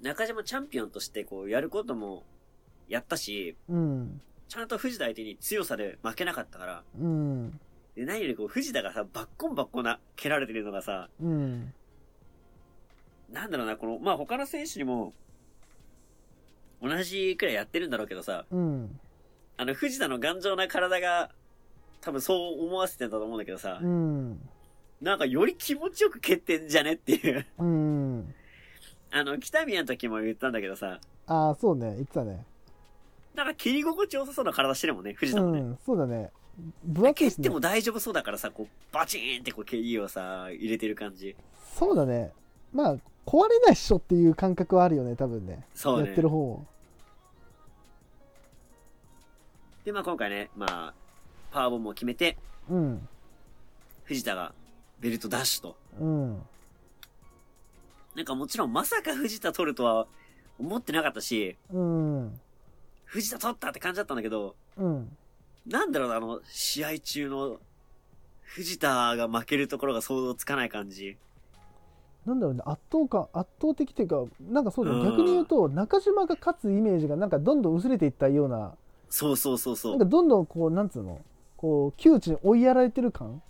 B: 中島チャンピオンとしてこう、やることもやったし、
A: うん
B: ちゃんと藤田相手に強さで負けなかったから、
A: うん
B: で何よりこう、藤田がさ、バッコンバッコンな、蹴られてるのがさ、
A: うん
B: なんだろうな、この、まあ他の選手にも、同じくらいやってるんだろうけどさ、
A: うん
B: あの、藤田の頑丈な体が、多分そう思わせてたと思うんだけどさ、
A: うん
B: なんかより気持ちよく蹴ってんじゃねっていう。
A: うん
B: あの、北宮の時も言ったんだけどさ、
A: ああそうね言ってたね
B: なんか蹴り心地よさそうな体してるもんね、藤田も
A: う
B: ね。
A: んそうだね分厚
B: 蹴
A: い
B: っ
A: してね
B: も大丈夫そうだからさ、こう、バチーンってこう蹴りをさ、入れてる感じ。
A: そうだねまあ壊れないっしょっていう感覚はあるよね多分ね
B: そう
A: やっ
B: ね
A: て。る方も
B: で、まあ今回ね、まあ、パワーボムを決めて、
A: うん
B: 藤田がベルトダッシュと。
A: うん
B: なんかもちろんまさか藤田取るとは思ってなかったし、
A: うん
B: 藤田取ったって感じだったんだけど、
A: うん
B: なんだろうな、あの、試合中の、藤田が負けるところが想像つかない感じ。
A: なんだろうね圧倒感圧倒的っていうかなんかそうだね、
B: うん
A: 逆に言うと中島が勝つイメージがなんかどんどん薄れていったような
B: そうそうそうそ
A: な
B: うん
A: か。どんどんこうなんつうのこう窮地に追いやられてる感、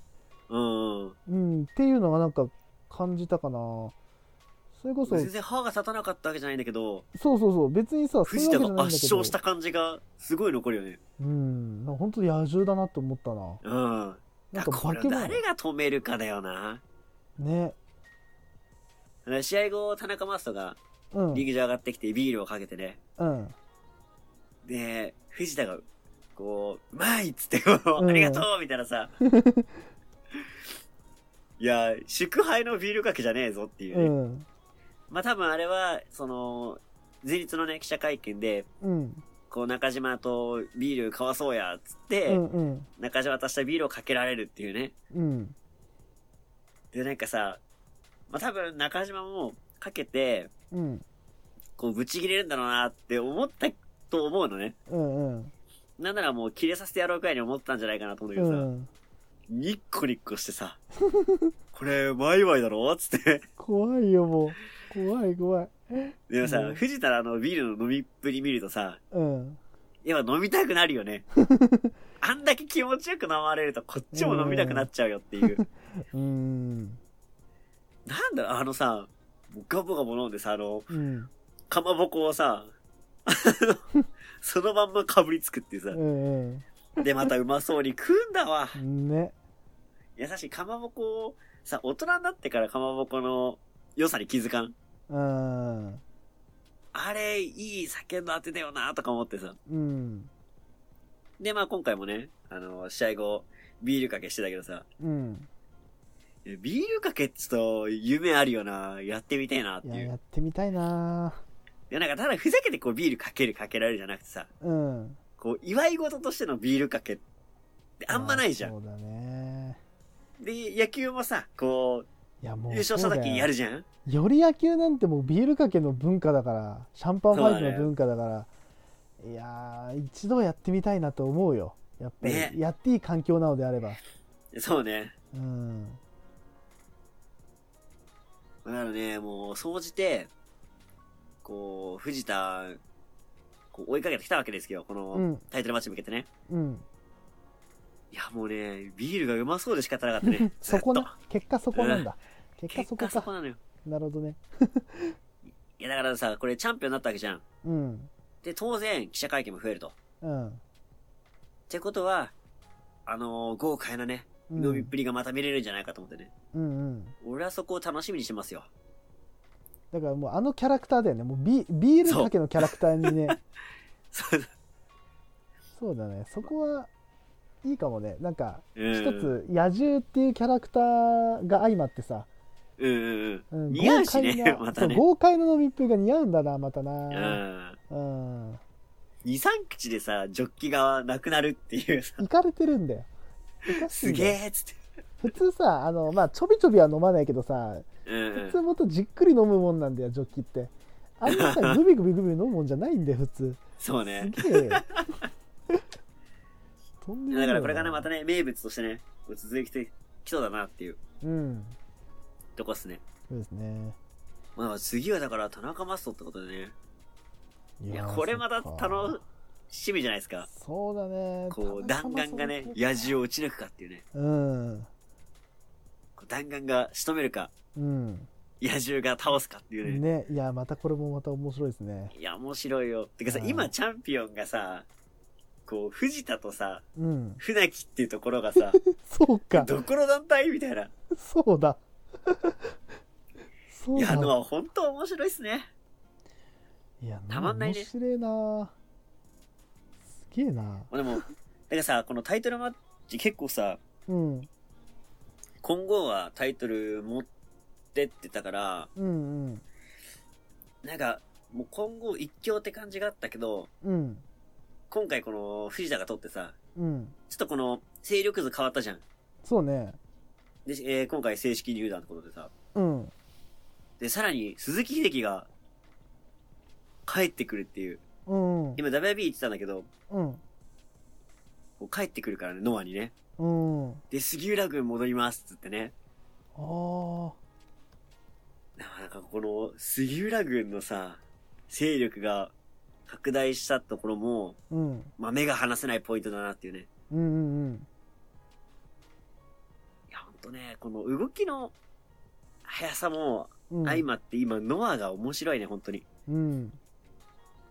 B: うん。
A: うん、っていうのがなんか感じたかなそれこそそ
B: 全
A: う
B: 然歯が立たなかったわけじゃないんだけど、
A: そうそう別にさそうい
B: 藤
A: う
B: 田
A: わけじゃな
B: が
A: いんだ
B: 圧
A: け
B: 勝
A: ど
B: した感じがすごい残るよね。
A: うんなんか本当野獣だなって思ったな
B: うん。
A: なんか
B: こ
A: 化
B: れを
A: け物
B: 誰が止めるかだよな。
A: ね
B: だから試合後、田中マストが
A: うん
B: リング上上がってきてビールをかけてね。
A: うん
B: で、藤田が、こう、うまいっつって、こう
A: うん
B: ありがとうみたいな さ。いや、祝杯のビールかけじゃねえぞっていうね。
A: うん
B: まあ多分あれは、その、前日のね、記者会見で、
A: うん
B: こう中島とビール交わそうや、っつっ
A: う
B: て、
A: んうん
B: 中島としたビールをかけられるっていうね。
A: うん
B: で、なんかさ、まあ多分中島もかけて、
A: うん
B: こうぶち切れるんだろうなって思ったと思うのね。
A: うんうん
B: なんならもう切れさせてやろうくらいに思ったんじゃないかなと思うんだ
A: う
B: けどさ、
A: ん
B: ニッコニッコしてさ、 これ、ワイワイだろっつって。
A: 怖いよもう怖い怖い
B: でもさ、
A: うん
B: 藤田のあのビールの飲みっぷり見るとさ、
A: うん
B: やっぱ飲みたくなる よね。あんだけ気持ちよく飲まれるとこっちも飲みたくなっちゃうよっ ていう。
A: うん
B: なんだろう、あのさ、ガボガボ飲んでさ、あの、
A: うん
B: かまぼこをさ、あのそのまんまかぶりつくっていう
A: う
B: さ、
A: ん
B: でまたうまそうに食うんだわ。
A: うんね
B: 優しいかまぼこを、さ、大人になってからかまぼこの良さに気づかん。
A: うん
B: あれ、いい酒のあてだよなとか思ってさ。
A: うん
B: で、まあ今回もね、あの、試合後、ビールかけしてたけどさ、
A: うん
B: いやビールかけっつと、夢あるよな。やってみたいなって
A: い
B: い
A: や
B: う。い
A: や
B: や
A: ってみたいな
B: なんかただふざけてこうビールかけるかけられるじゃなくてさ、
A: うん
B: こう祝い事としてのビールかけってあんまないじゃん。
A: そうだね
B: で、野球もさ、こ
A: いや
B: う、
A: もう
B: 優勝した時にや
A: る
B: るじゃん
A: より野球なんてもうビールかけの文化だからシャンパンファイトの文化だからいやー一度やってみたいなと思うよやっぱ
B: ね
A: りやっていい環境なのであれば
B: そうね。
A: うん
B: だからね、もう、総じて、こう、藤田、こう追いかけてきたわけですけど、こ
A: う
B: の
A: ん
B: タイトルマッチに向けてね。
A: うん。
B: いや、もうね、ビールがうまそうで仕方なかったね
A: そこ
B: ずっ
A: ね結果そこなんだ
B: と
A: 結果
B: 結
A: そ
B: 果
A: こ
B: そ
A: か
B: こなのよ。
A: なるほどね
B: いや、だからさ、これチャンピオンになったわけじゃん。
A: うん
B: で、当然、記者会見も増えると。
A: うん
B: ってことは、あのー豪快なね、
A: うん
B: 伸びっぷりがまた見れるんじゃないかと思ってね。
A: うんうん
B: 俺はそこを楽しみにしてますよ。
A: だからもうあのキャラクターだよねもうビビールかけのキャラクターにね
B: そう
A: そうだねそこはいいかもねなんか
B: うん
A: 一つ野獣っていうキャラクターが相まってさ、
B: うんうんうん。
A: うん
B: 似合うしね
A: 豪快な
B: またね
A: そう豪快な飲みっぷりが似合うんだなまた
B: う
A: な、
B: ん。
A: うん、
B: 二三口でさ、ジョッキがなくなるっていうさ、
A: いかれてるんだよいかして
B: す
A: んだ
B: げ
A: よ
B: えっつって。
A: 普通さあの、まあ、ちょびちょびは飲まないけどさ
B: うんう
A: 普
B: ん
A: 通。もっとじっくり飲むもんなんだよジョッキってあんな さグビグビグビ飲むもんじゃないんだよ普通
B: そうね。
A: すげえとんでもな
B: だ
A: い
B: からこれがね、またね、名物としてね、こう続いてきそうだなっていう
A: うん
B: とこっすね。
A: そうですね
B: まあ次はだから田中マストってことでね。いや、
A: ー
B: これまた
A: そっか
B: 楽しみじゃないですか。
A: そうだね
B: こう、
A: 田中
B: 弾丸がね
A: 正、
B: 野獣を打ち抜くかっていうね。
A: 夫うん
B: こう弾丸が仕留めるか、
A: うん
B: 野獣が倒すかっていうね。
A: ねいやまたこれもまた面白いですね
B: いや、面白いよ。てかさ、
A: うん
B: 今チャンピオンがさ、こう、藤田とさ、
A: うん
B: 船木っていうところ がさ、
A: そうか
B: どこの団体みたいな。
A: そうだそう
B: いや、
A: だ
B: のは本当面白いっすね。
A: いや
B: たまんないね
A: 面白いなすげえな
B: まあでも、だからさ、このタイトルマッチ結構さ、
A: うん
B: 今後はタイトル持ってってたから、
A: うんうん
B: なんか、もう今後一強って感じがあったけど、
A: うん
B: 今回この藤田が取ってさ、
A: うん
B: ちょっとこの勢力図変わったじゃん。
A: そうね
B: で、えー今回正式入団ってことでさ、
A: うん
B: で、さらに鈴木秀樹が帰ってくるっていう。
A: うん
B: 今 WB 言ってたんだけど、
A: うん
B: こう帰ってくるからね、ノアにね。
A: うん
B: で、杉浦軍戻りますっつってね。
A: あー
B: なんかこの杉浦軍のさ、勢力が拡大したところも、
A: うん
B: まあ、目が離せないポイントだなっていうね。
A: うんうんうん
B: いや、ほんとね、この動きの速さも
A: うん
B: 相まって今、ノアが面白いね、本当に。
A: うん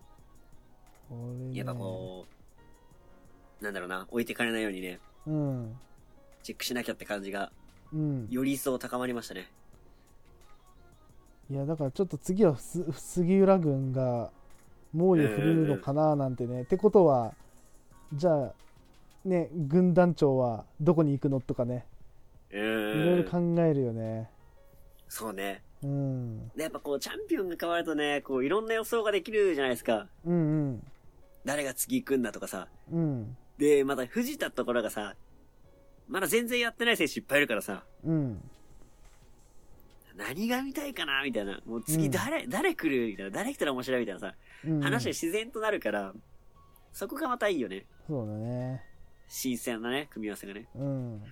A: これね
B: やっぱこう、なんだろうな、置いてかれないようにね、
A: うん
B: チェックしなきゃって感じが、
A: うん
B: より一層高まりましたね。
A: いやだからちょっと次はふす杉浦軍が猛威を振るうのかななんてね、ってことはじゃあね軍団長はどこに行くのとかね
B: う
A: いろい
B: ー
A: ろ
B: ん。
A: 考えるよね
B: そうね。
A: うん
B: でやっぱこう、チャンピオンが変わるとね、こう、いろんな予想ができるじゃないですか。
A: うん
B: 誰が次行くんだとかさ。
A: うんうん
B: で、また藤田ところがさ、まだ全然やってない選手いっぱいいるからさ、
A: うん
B: 何が見たいかなみたいな。もう
A: う
B: 次
A: ん
B: 誰、誰来るみたいな。誰来たら面白いみたいなさ、
A: うん
B: 話が自然となるから、そこがまたいいよね。
A: そうだね
B: 新鮮なね、組み合わせがね。
A: うん